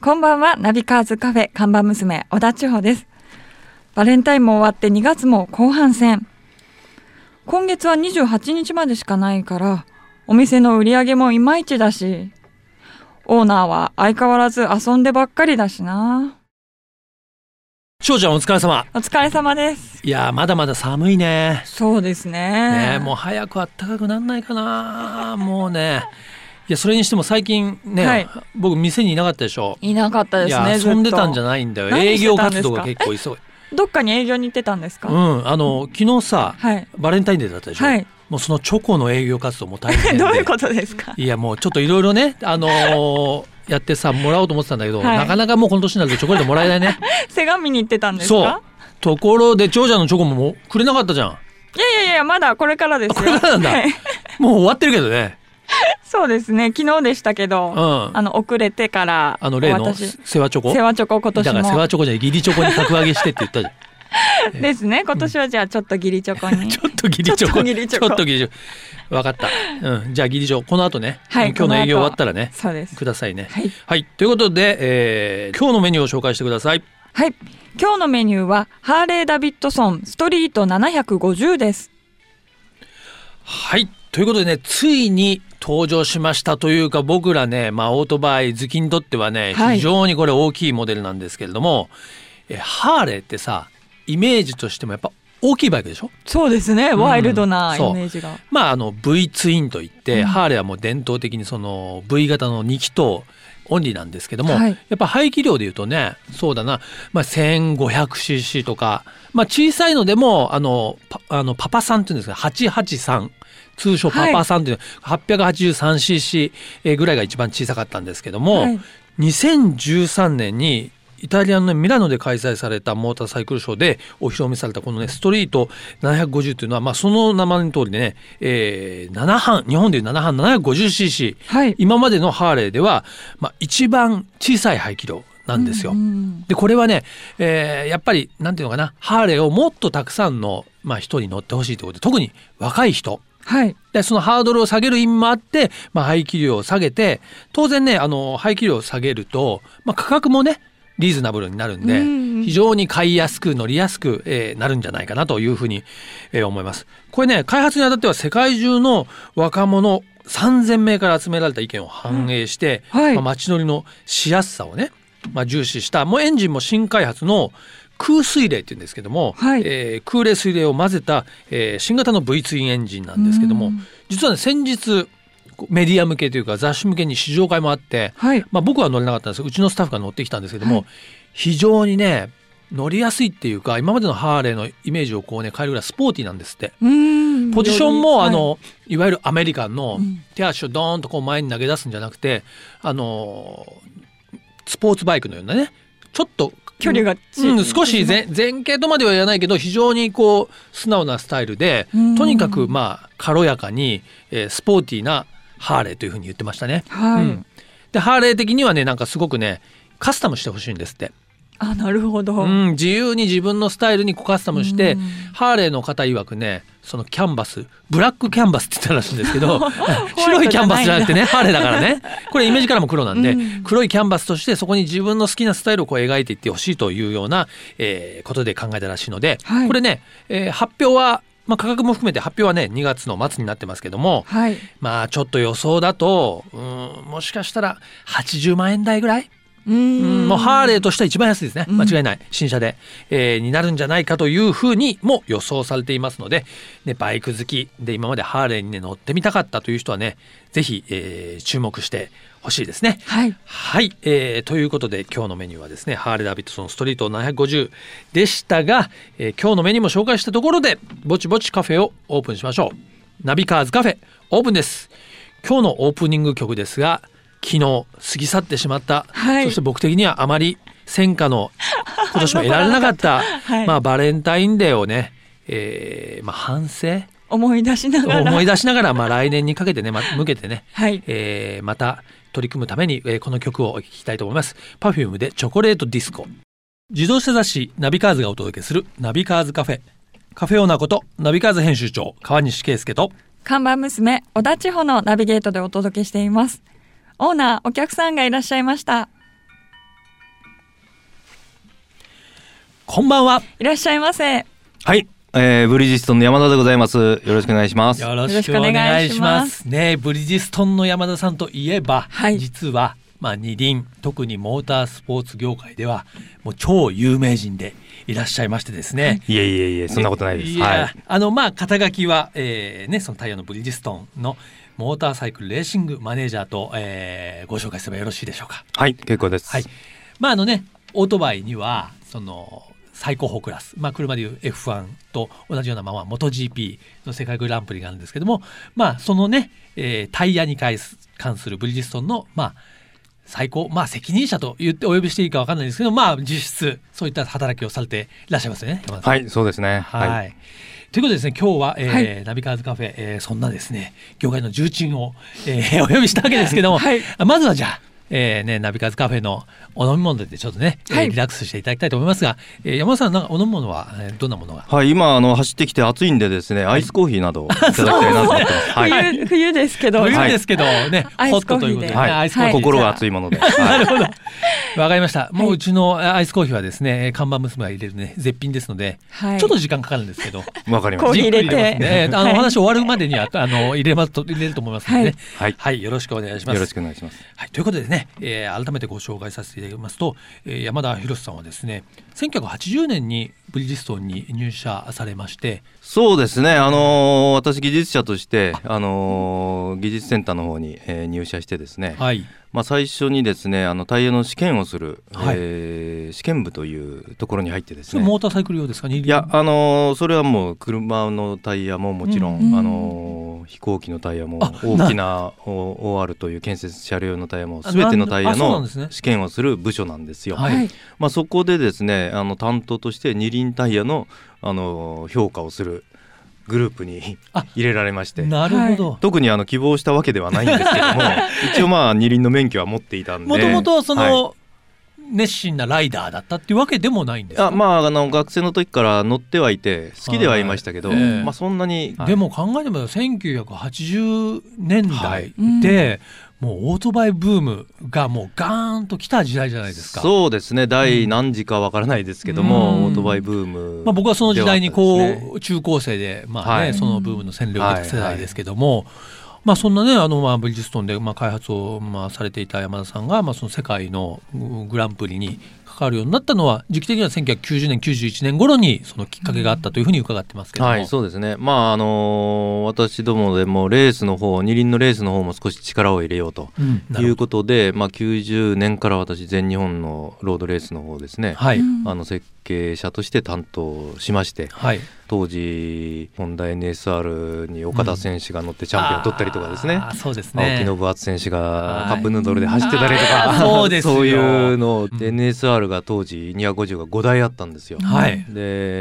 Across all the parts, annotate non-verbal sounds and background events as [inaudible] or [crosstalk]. こんばんは、ナビカーズカフェ看板娘、小田千穂です。バレンタインも終わって2月も後半戦。今月は28日までしかないから、お店の売り上げもいまいちだし、オーナーは相変わらず遊んでばっかりだしな。翔ちゃんお疲れ様。お疲れ様です。いやー、まだまだ寒いね。そうですね。ねえもう早く暖かくなんないかな。もうね。いや、それにしても最近ね、はい僕店にいなかったでしょ。いなかったでいすや、ね。遊んでたんじゃなないんだよ。何営して業たんです活か動が結構急い。いどっかに営業に行ってたんですか、 [laughs] うん、あの、昨日さ、はい。バレンタインデーだったでしょ。はいもうそのチョコの営業活動も大変で。 [laughs] どういうことです [laughs] かいや、もうちょっといろいろね、あ [laughs] のーやってさ、もらおうと思ってたんだけど、はいなかなかもうこの年になるとチョコレートもらえないね。背が見に行ってたんですそうか。ところで、長者のチョコももうくれなかったじゃん。いやいやいや、まだこれからですよ。これからなんだはいもう終わってるけどね。そうですね、昨日でしたけうど、ん。あの、遅れてから、あの例おの渡し世話チョコ世話チョコ今だ年から世も。話チョコじゃない義理チョコに格上げしてって言ったじ [laughs] ゃんですね、今年はじゃあちょっとギリチョコに。 [laughs] ちょっと義理チョちょっとコ義理チョコちょっと義理チョコ分かった、うん、じゃあ義理チョコこの後ね、はい今日の営業終わったらねそうです。くださいねはい。はいということで、えー今日のメニューを紹介してくださいはい。今日のメニューは、ハーレー・ダビッドソンストリート750です。はいということでねついに登場しましたというか僕らね、まあ、オートバイ好きにとってはね、はい非常にこれ大きいモデルなんですけれどもえハーレーってさイメージとしてもやっぱ大きいバイクでしょそうですね、んワイルドなイそうメージが。まあ、あの V ツインといっうて、んハーレーはもう伝統的にその V 型の2気筒オンリーなんですけども、はいやっぱ排気量でいうとねそうだな、まあ、1500cc とか、まあ、小さいのでもあのパあのパパさんっていうんですか883通称パパさんっていうの、883cc えーぐらいが一番小さかったんですけども、はい2013年にイタリアのねミラノで開催されたモーターサイクルショーでお披露目されたこのねストリート750というのは、まあ、その名前の通りでね、えー、7班日本でいう7班 750cc はい。今までのハーレーでは、まあ、一番小さい排気量なんですよ。うんでこれはね、えーやっぱりなんていうのかなハーレーをもっとたくさんの、まあ、人に乗ってほしいということで特に若い人はい。でそのハードルを下げる意味もあって、まあ、排気量を下げて当然ねあの排気量を下げると、まあ、価格もねリーズナブルになるんで、うん非常に買いやすく乗りやすく、えーなるんじゃないかなというふうに、えー思います。これね開発にあたっては世界中の若者3,000名から集められた意見を反映して、うんはいまあ街乗りのしやすさをね、まあ、重視したもうエンジンも新開発の空水冷っていうんですけども、はいえー空冷水冷を混ぜた、えー新型の V ツインエンジンなんですけどうも、ん実はね先日こうメディア向けというか雑誌向けに試乗会もあって、はい。まあ、僕は乗れなかったんですけどうちのスタッフが乗ってきたんですけども、はい非常にね乗りやすいっていうか今までのハーレーのイメージをこうね変えるぐらいスポーティーなんですって。うんポジションもはいあの、い、わゆるアメリカンのうん手足をドーンとこう前に投げ出すんじゃなくてあのスポーツバイクのようなねちょっと距離が近いうん、少し前前傾とまでは言わないけど非常にこう素直なスタイルでうんとにかくまあ軽やかに、えースポーティーなハーレーというふうに言ってましたね。はい。うんでハーレー的にはねなんかすごくねカスタムしてほしいんですって。あ、なるほど。うん、自由に自分のスタイルにこうカスタムして、うんハーレーの方曰くねそのキャンバスブラックキャンバスって言ったらしいんですけ [laughs] ど [laughs] 白いキャンバスじゃなくてねハーレーだからねこれイメージからも黒なんで、うん黒いキャンバスとしてそこに自分の好きなスタイルをこう描いていってほしいというような、えーことで考えたらしいので、はいこれね、えー発表は、まあ、価格も含めて発表はね2月の末になってますけども、はい。まあちょっと予想だとうんもしかしたら80万円台ぐらいうんもうハーレーとしては一番安いですね。うん間違いない。新車で、えーになるんじゃないかというふうにも予想されていますので、ね、バイク好きで今までハーレーに、ね、乗ってみたかったという人はね、ぜひ、えー注目してほしいですね。はい。はい、えーということで今日のメニューはですね、ハーレーダビッドソンストリート750でしたが、えー今日のメニューも紹介したところで、ぼちぼちカフェをオープンしましょう。ナビカーズカフェオープンです。今日のオープニング曲ですが、昨日過ぎ去ってしまった、はいそして僕的にはあまり戦果の今年も得られなかっ [laughs] た、はいまあバレンタインデーをね、えーまあ反省思い出しな [laughs] がら。思い出しながら、まあ来年にかけてね、ま、向けてね、はい。えーまた取り組むために、えーこの曲をお聴きたいと思います。Perfume でチョコレートディスコ。自動車雑誌ナビカーズがお届けするナビカーズカフェ。カフェオーナーことナビカーズ編集長川西圭介と看板娘、小田千穂のナビゲートでお届けしています。オーナー、お客さんがいらっしゃいました。こんばんはいらっしゃいませ。はい、えー、ブリヂストンの山田でございます。よろしくお願いします。よはろしくお願いします。ねえブリヂストンの山田さんといえば、はい実は、まあ、二輪特にモータースポーツ業界ではもう超有名人でいらっしゃいましてですね、いえいえいえ、そんなことないです。やはあのまあ肩書きは、えーね、そのタイヤのブリヂストンのモーターサイクルレーシングマネージャーと、えーご紹介すればよろしいでしょうか。い、はい、結構です。はい。まああのね、オートバイにはその最高峰クラス、まあ車でいう F1 と同じようなまあまあ MotoGP の世界グランプリがあるんですけども、まあそのね、えータイヤに関す関するブリヂストンのまあ最高、まあ責任者と言ってお呼びしていいかわかんないですけど、まあ実質そういった働きをされていらっしゃいますよね。山田さんはい、そうですね。はい、はい。ということでですね今日は、えーはいナビカーズカフェ、えーそんなですね業界の重鎮を、えー [laughs] お呼びしたわけですけども、はいまずはじゃあ、えーね、ナビカーズカフェのお飲み物でちょっとね、えーはいリラックスしていただきたいと思いますが、えー山田さんなんかお飲み物は、えーどんなものがはい、今、あの、走ってきて暑いんでですね、アイスコーヒー [laughs] など、いただきたいなと思ってます。はい。はい冬冬ですけど。冬はいですけどね、アイホスットということで、コーヒーねアイスコーヒー、はい心が熱いもので。はい [laughs] なるほど。わかりました。もはういうちのあアイスコーヒーはですね、えー看板娘が入れるね、絶品ですので、はいちょっと時間かかるんですけど、わかりまコーしヒー入れてじっくりますね、あはの、いお話終わるまでには、あの、入れますと、入れると思いますのでね。た。はい。はい、よろしくお願いしまよす。ろしくお願いします。はい、ということでね、えー改めてご紹介させていただきますと、えー山田博さんはですね、1980年にブリヂストンに入社されまして、そうですね、あのー私、技術者として、あのー技術センターの方に、えー入社してですね、はい、まあ、最初にですねあのタイヤの試験をする、はいえー試験部というところに入ってですそれねモーターサイクル用ですか、いいや、あのーそれはもう車のタイヤももちろん、うんあのー飛行機のタイヤもあ大きなお OR という建設車両用のタイヤもあ全てのタイヤなんだあそうなんのですね試験をする部署なんですよ。はいはいまあ、そこでですねあの担当として二輪タイヤの、あのー評価をするグループにあ入れられまして。なるほど。特にあの希望したわけではないんです [laughs] けども一応まあ二輪の免許は持っていたんでもともとそはいの、熱心なライダーだったっていうわけでもないんですかあまああの学生の時から乗ってはいて好きではいましたけど、はいええまあそんなに、でも考えてみれば1980年代はで、もうオートバイブームがもうガーンと来た時代じゃないですか。そうですね第何次かわからないですけども、うんオートバイブーム、まあ、僕はその時代にこう、ではあったですね中高生で、まあねはいそのブームの占領はい世代ですけども、まあ、そんなねあのまあブリヂストンでまあ開発をまあされていた山田さんが、まあ、その世界のうんグランプリに関わるようになったのは時期的には1990年91年頃にそのきっかけがあったというふうに伺ってますけども。はいそうですねまああのー私どもでもレースの方二輪のレースの方も少し力を入れようとうんないるうほことで、まあ、90年から私全日本のロードレースの方ですね、どはい、あの設計者として担当しましてはい当時ホンダ NSR に岡田選手が乗ってチャンピオンを取ったりとかですね、あーそうですね青木信厚選手がはいカップヌードルで走ってたりとあか、ーそうですよいうのを、ん NSR が当時250が5台あったんですよ。はい、で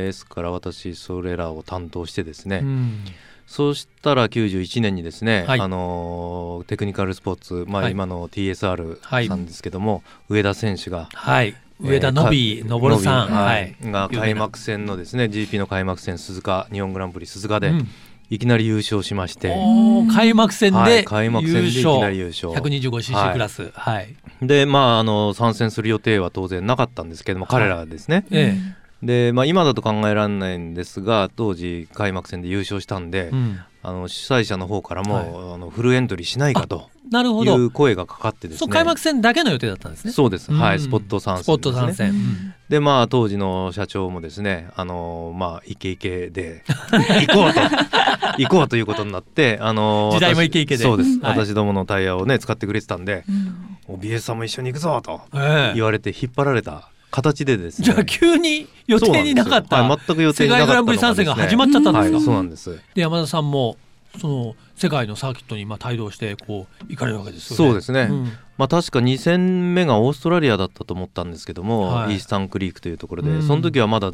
ですから私それらを担当してですね、うんそうしたら91年にですね、はいあのーテクニカルスポーツ、まはあ、い今の TSR さんですけども、上田選手がはい、えー上田のびかのぼるさん、のびははいい、が開幕戦のですね GP の開幕戦鈴鹿日本グランプリ鈴鹿で、うんいきなり優勝しまして、おー開幕戦はでい開幕戦でいきなり優勝 125cc クラス、はい。でまああの参戦する予定は当然なかったんですけども彼らはですね、ええで、まあ、今だと考えられないんですが当時開幕戦で優勝したんで、うんあの主催者の方からも、あのフルエントリーしないかとなるほいど、う声がかかってですねそう開幕戦だけの予定だったんですね。そうです、うんはいスポット参戦です、ね、スポット参戦。でまあ当時の社長もですねあのまあイケイケで [laughs] 行こうと行こうということになってあの時代も私イケイケでそうです、はい私どものタイヤをね使ってくれてたんでうん「お BS さんも一緒に行くぞ」とうんええ言われて引っ張られた形でですねじゃあ急に予定になかった、そうなんですよはい全く予定になか世界ったグランプリ参戦が始まっちゃったんですか。はいそうなんですで山田さんもその世界のサーキットにまあ帯同してこう行かれるわけですよね。そうですねんまあ確か2戦目がオーストラリアだったと思ったんですけども、はいイースタンクリークというところうでんその時はまだ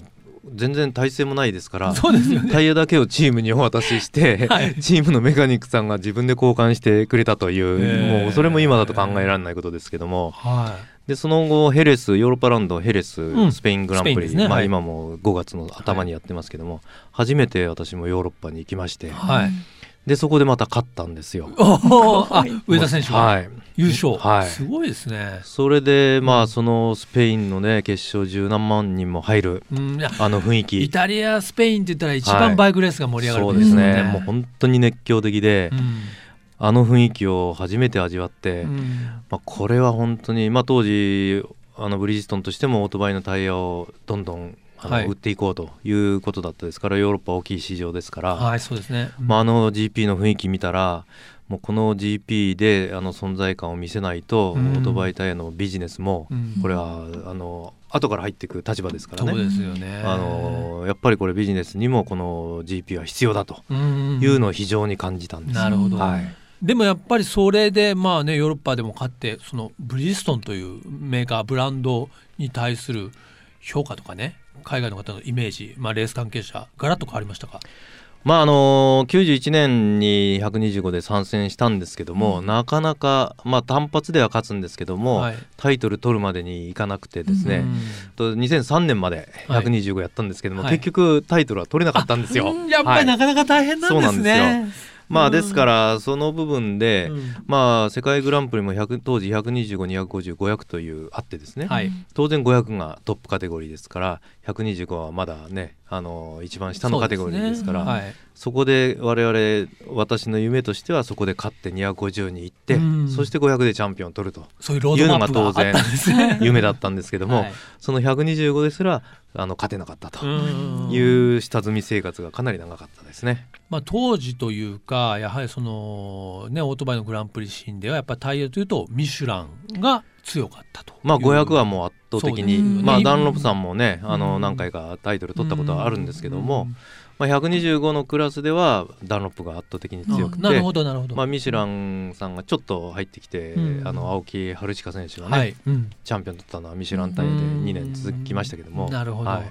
全然体制もないですからそうですよね。タイヤだけをチームにお渡しして、はいチームのメカニックさんが自分で交換してくれたという、へーもうそれも今だと考えられないことですけども、はでその後ヘレスヨーロッパラウンドヘレス、うんスペイングランプスペインリ、ですねはまあ、い今も5月の頭にやってますけども、初めて私もヨーロッパに行きまして、いはい。でそこでまた勝ったんですよ。おーあ上田選手がはい、優勝、はいすごいですね。それで、まあ、そのスペインの、ね、決勝十何万人も入るうん、いやあの雰囲イ気タリア、スペインって言ったら一は番いバイクレースが盛り上がるそう国ですもんねもう本当に熱狂的で、あの雰囲気を初めて味わって、うんうんまあ、これは本当に、まあ、当時あのブリヂストンとしてもオートバイのタイヤをどんどんあの、はい売っていこうということだったですからヨーロッパは大きい市場ですから、はい、そうですね。まあ、あの GP の雰囲気見たらもうこの GP であの存在感を見せないと、うんオートバイタイヤのビジネスも、うんこれはあの後から入っていく立場ですからそうね。ですよね。あのやっぱりこれビジネスにもこの GP は必要だとうんいうのを非常に感じたんです。なるほど、はいでもやっぱりそれでまあねヨーロッパでも勝ってそのブリヂストンというメーカーブランドに対する評価とかね海外の方のイメージ、まあ、レース関係者ガラッと変わりましたかまああの91年に125で参戦したんですけども、なかなか、まあ、単発では勝つんですけども、はいタイトル取るまでにいかなくてですね、うんと2003年まではい125やったんですけども、はい結局タイトルは取れなかったんですよ。うんやっぱりなはいかなか大変なんですそうなね。 [laughs] まうあ、んですからその部分で、うんまあ、世界グランプリも100当時125250500というあってですね、はい当然500がトップカテゴリーですから125はまだねあの一番下のカテゴリーですからそそうですねこで我々私の夢としてはそこで勝って250に行って、うんそして500でチャンピオン [laughs] 取るとそういうロードマップがあったんですね。夢だったんですけどはも、いその125ですらあの勝てなかったと。うんいう下積み生活がかなり長かったですね。まあ、当時というかやはりその、ね、オートバイのグランプリシーンではやっぱタイヤというとミシュランが強かったという。まあ500はもう圧倒的に、そうですねまうあんダンロップさんもね、あうのん何回かタイトル取ったことはあるんですけども、まあ125のクラスではダンロップが圧倒的にうん、強くなるほて、どなるほど。まあミシュランさんがちょっと入ってきて、うんあの青木春親選手がね、はい、うんチャンピオン取ったのはミシュラン単位で2年続きましたけども、なるほど、はい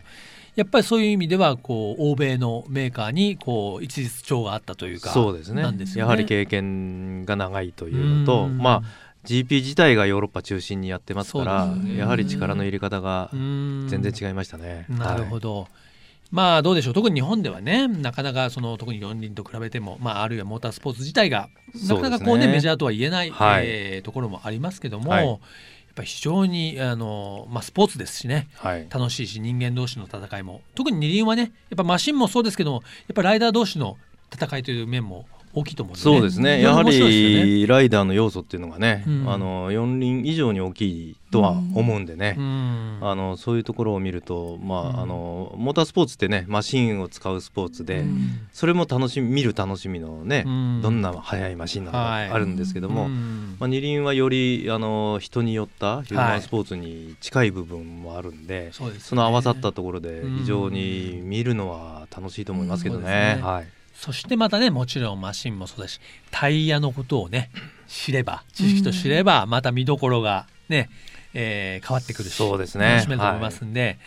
やっぱりそういう意味ではこう欧米のメーカーにこう一律調があったというかそうですねなんですよねやはり経験が長いというのと、うんまあ GP 自体がヨーロッパ中心にやってますから、そうですねやはり力の入れ方がうん全然違いましたね。なるほど、ど、まあどうでしょう特に日本ではねなかなかその特に四輪と比べても、まあ、あるいはモータースポーツ自体がなかなかこうねメジャーャーとは言えない、はいえーところもありますけども、はいやっぱり非常にあの、まあ、スポーツですしねはい楽しいし人間同士の戦いも特に二輪はねやっぱマシンもそうですけどもやっぱライダー同士の戦いという面も大きいと思うんで、そうですね非や常はに面白いですよねりライダーの要素っていうのがね、うんあの4輪以上に大きいとは思うんでね、うんあのそういうところを見ると、まうんあ、あのモータースポーツってねマシンを使うスポーツで、うんそれも楽しみ見る楽しみのね、うんどんな速いマシンなのはいかあるんですけども、うんまあ、二輪はよりあの人によったヒューマンスポーツに近い部分もあるんで、そうですねその合わさったところでうん非常に見るのは楽しいと思いますけどうんそうでね。すねはいそしてまたねもちろんマシンもそうだしタイヤのことをね知れば知識と知ればまた見どころがね、えー変わってくるしそうですね楽しめると思いますんで、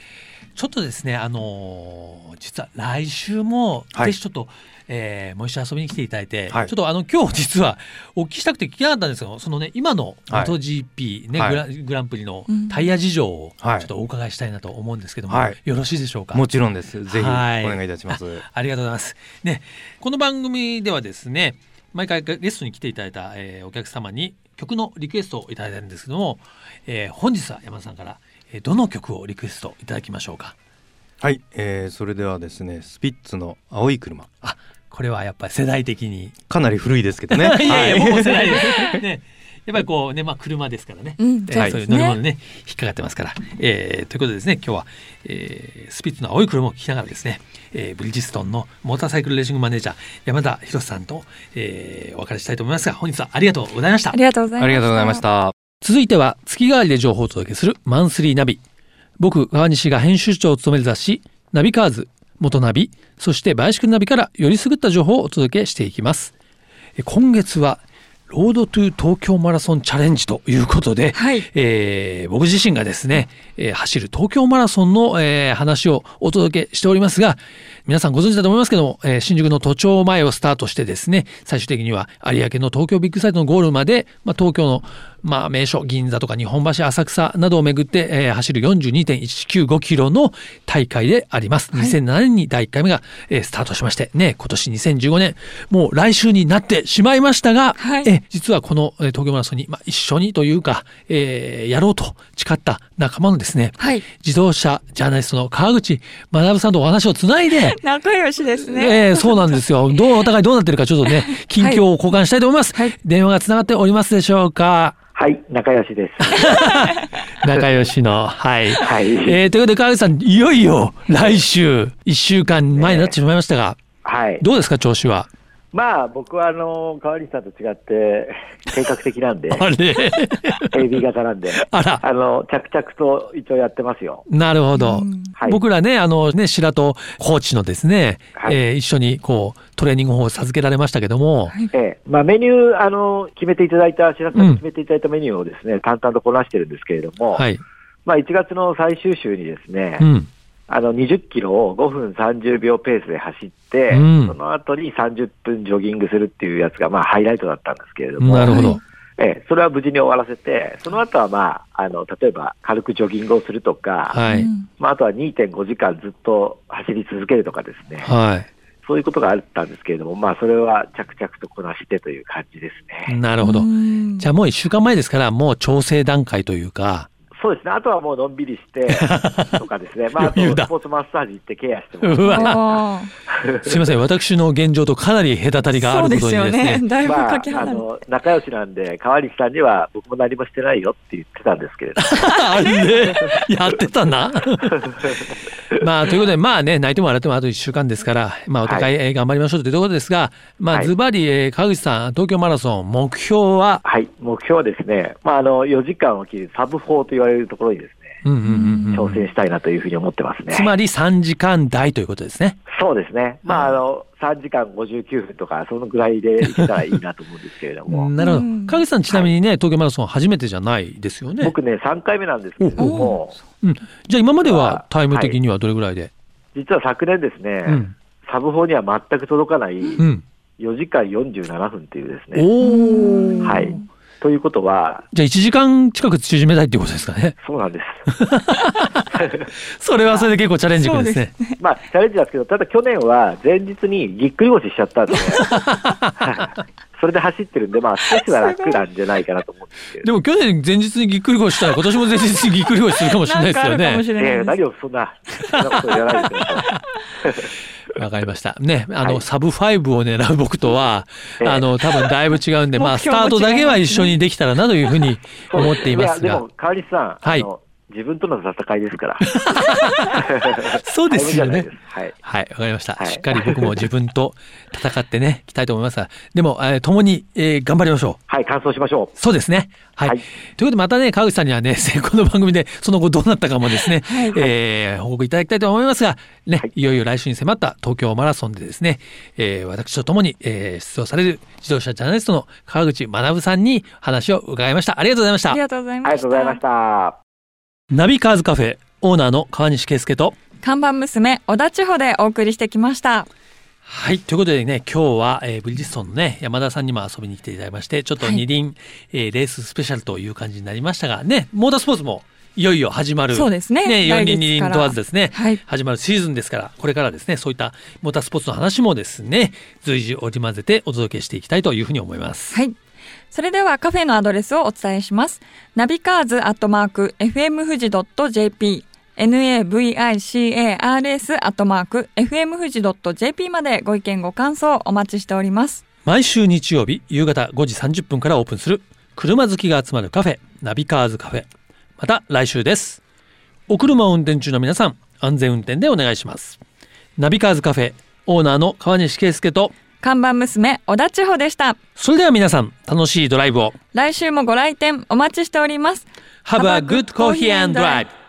ちょっとですねあのー実は来週も、はいぜひちょっと、えーもう一度遊びに来ていただいて、はいちょっとあの今日実はお聞きしたくて聞けなかったんですけどそのね今のはい MotoGP、ねはいグラグランプリのタイヤ事情をちょはいっとお伺いしたいなと思うんですけども、はいよろしいでしょうか。もちろんです。ぜひおはい願いいたしま [laughs] す。はい、ありがとうございます。ね、この番組ではですね、毎回ゲストに来ていただいた、えーお客様に曲のリクエストをいただいたんですけども、えー本日は山田さんから、えーどの曲をリクエストいただきましょうか。えーそれではですね、スピッツの青い車。あ、これはやっぱり世代的に。かなり古いですけどね。 [laughs] いやいや、はもう世代です。ね、やっぱりこうね、まあ車ですからね。うんえそうですねーそういう乗り物にね、引っかかってますから。えーということでですね、今日は、えースピッツの青い車を聞きながらですね、えーブリヂストンのモーターサイクルレーシングマネージャー、山田博さんと、えーお別れしたいと思いますが、本日はありがとうございましたあ。りがとうございました。ありがとうございました。続いては月替わりで情報をお届けするマンスリーナビ。僕、川西が編集長を務める雑誌、ナビカーズ、元ナビ、そしてバイシクルナビからよりすぐった情報をお届けしていきます。え今月は、ロードトゥ東京マラソンチャレンジということで、はいえー僕自身がですね、えー走る東京マラソンの、えー話をお届けしておりますが、皆さんご存知だと思いますけども、えー新宿の都庁前をスタートしてですね、最終的には有明の東京ビッグサイトのゴールまで、まあ、東京のまあ、名所銀座とか日本橋浅草などを巡って、えー走る42.195キロの大会であります、はい2007年に第1回目が、えースタートしましてね今年2015年もう来週になってしまいましたが、はいえー実はこのえー東京マラソンに、まあ、一緒にというか、えーやろうと誓った仲間のですね、はい自動車ジャーナリストの川口学さんとお話をつないで仲良しですね。ええそうなんですよ。どう、お互いどうなってるか、ちょっとね、近況を交換したいと思います。はい電話がつながっておりますでしょうか。はい、仲良しです。仲良しの、はい。はいえーということで、川口さん、いよいよ、来週、1週間前になってしまいましたが、はい。どうですか、調子は。まあ、僕は、あの、川西さんと違って、計画的な [laughs] んで、あれ AB 型なんで、あら。あの、着々と一応やってますよ。なるほど。うんはい僕らね、あのね、白戸コーチのですね、はいえー一緒にこう、トレーニング法を授けられましたけども、はいええ、まあ、メニュー、あの、決めていただいた、白川さんうんに決めていただいたメニューをですね、淡々とこなしてるんですけれども、はい。まあ、1月の最終週にですね、うん。あの、20キロを5分30秒ペースで走って、うんその後に30分ジョギングするっていうやつが、まあ、ハイライトだったんですけれども、なるほど。ええ、それは無事に終わらせて、その後はまあ、あの、例えば軽くジョギングをするとか、はうい。んまあ、あとは2.5時間ずっと走り続けるとかですね、はい。そういうことがあったんですけれども、まあ、それは着々とこなしてという感じですね。なるほどう。んじゃあもう一週間前ですから、もう調整段階という [laughs] か、そうですね、あとはもうのんび [laughs] りして、とかですね、まあ、あと余裕スだポーツマッサージ行ってケアしてもらってうわ、あーすいません、私の現状とかなり隔たりがそあうるでことすによですねね。。だいぶまあかけ、あ離れて。の、仲良しなんで、川西さんには僕も何もしてないよって言ってたんですけれども、 [laughs] あれ [laughs] やってたな。まあ、ということで、まあね、泣いても笑ってもあと1週間ですから、まあ、お互いえー頑張りましょうというところですが、まはあ、いズバリ、えー川口さん、東京マラソン、目標は、はい、目標はですね、まあ、あの、4時間を切るサブ4と言われるところにですね、うんうんうんう挑ん戦したいなというふうに思ってますね。つまり3時間台ということですね。そうですね。まあ、あの、3時間59分とか、そのぐらいでいけたらいいなと思うんですけれども、なるほどうん。川口さん、ちなみにね、東京マラソン初めてじゃないですよね。僕ね、3回目なんですけれども、うん、じゃあ、今まではタイム的にはどれぐらいで、実は昨年ですね、うん。サブ4には全く届かないうん。 4時間47分っていうですね、おお。はういん。ということは、じゃあ1時間近く縮めたいっていうことですかね。 [laughs] そうなんです。それはそれで結構チャレンジングですね。まあ、チャレンジなんですけど、ただ去年は前日にぎっくり腰しちゃったんで、 [laughs] それで走ってるんで、まあ、少しは楽なんじゃないかなと思うんですけでど、も去年前日にぎっくり腰したら今年も前日にぎっくり腰するかもしれななんいですかあよるかもね。しれいやいやない何でをそんな、そんなこと言わないでください。わかりました。ね。あの、はいサブ5を狙う僕とは、ええあの、多分だいぶ違うんで、まあ、目ス標も違いますねタートだけは一緒にできたらなというふうに思っていますいや、でがも。、川西さん、はいあの自分との戦いで [laughs] すから。そうですよタイムじゃなねいで。すはい。はい、わかりました。はいしっかり僕も自分と戦ってね、いきたいと思いますが、でも、えー共に、えー頑張りましょう。はい、完走しましょう。そうですね。はい。はいということで、またね、川口さんにはね、この番組でその後どうなったかもですね、はいえー報告いただきたいと思いますが、ね、はいい、よいよ来週に迫った東京マラソンでですね、えー私と共に、えー出場される自動車ジャーナリストの川口学さんに話を伺いました。ありがとうございましあたり。がとうございまあした。りがとうございました。ナビカーズカフェ、オーナーの川西圭介と、看板娘、小田千穂でお送りしてきました。はい。ということでね、今日は、えーブリヂストンのね、山田さんにも遊びに来ていただきまして、ちょっとはい二輪、えーレーススペシャルという感じになりましたが、ね、モータースポーツもいよいよ始まる。そうですねね、4来月輪二輪から問わずですね、はい始まるシーズンですから、これからですね、そういったモータースポーツの話もですね、随時織り交ぜてお届けしていきたいというふうに思います。はい。それではカフェのアドレスをお伝えします。ナビカーズアットマーク FM 富士 .jp navicars アットマーク FM 富士 .jp までご意見ご感想お待ちしております。毎週日曜日夕方5時30分からオープンする車好きが集まるカフェナビカーズカフェまた来週ですお車を運転中の皆さん安全運転でお願いしますナビカーズカフェオーナーの川西圭介と看板娘、小田千穂でした。それでは皆さん楽しいドライブを来週もご来店お待ちしております。 Have a good coffee and drive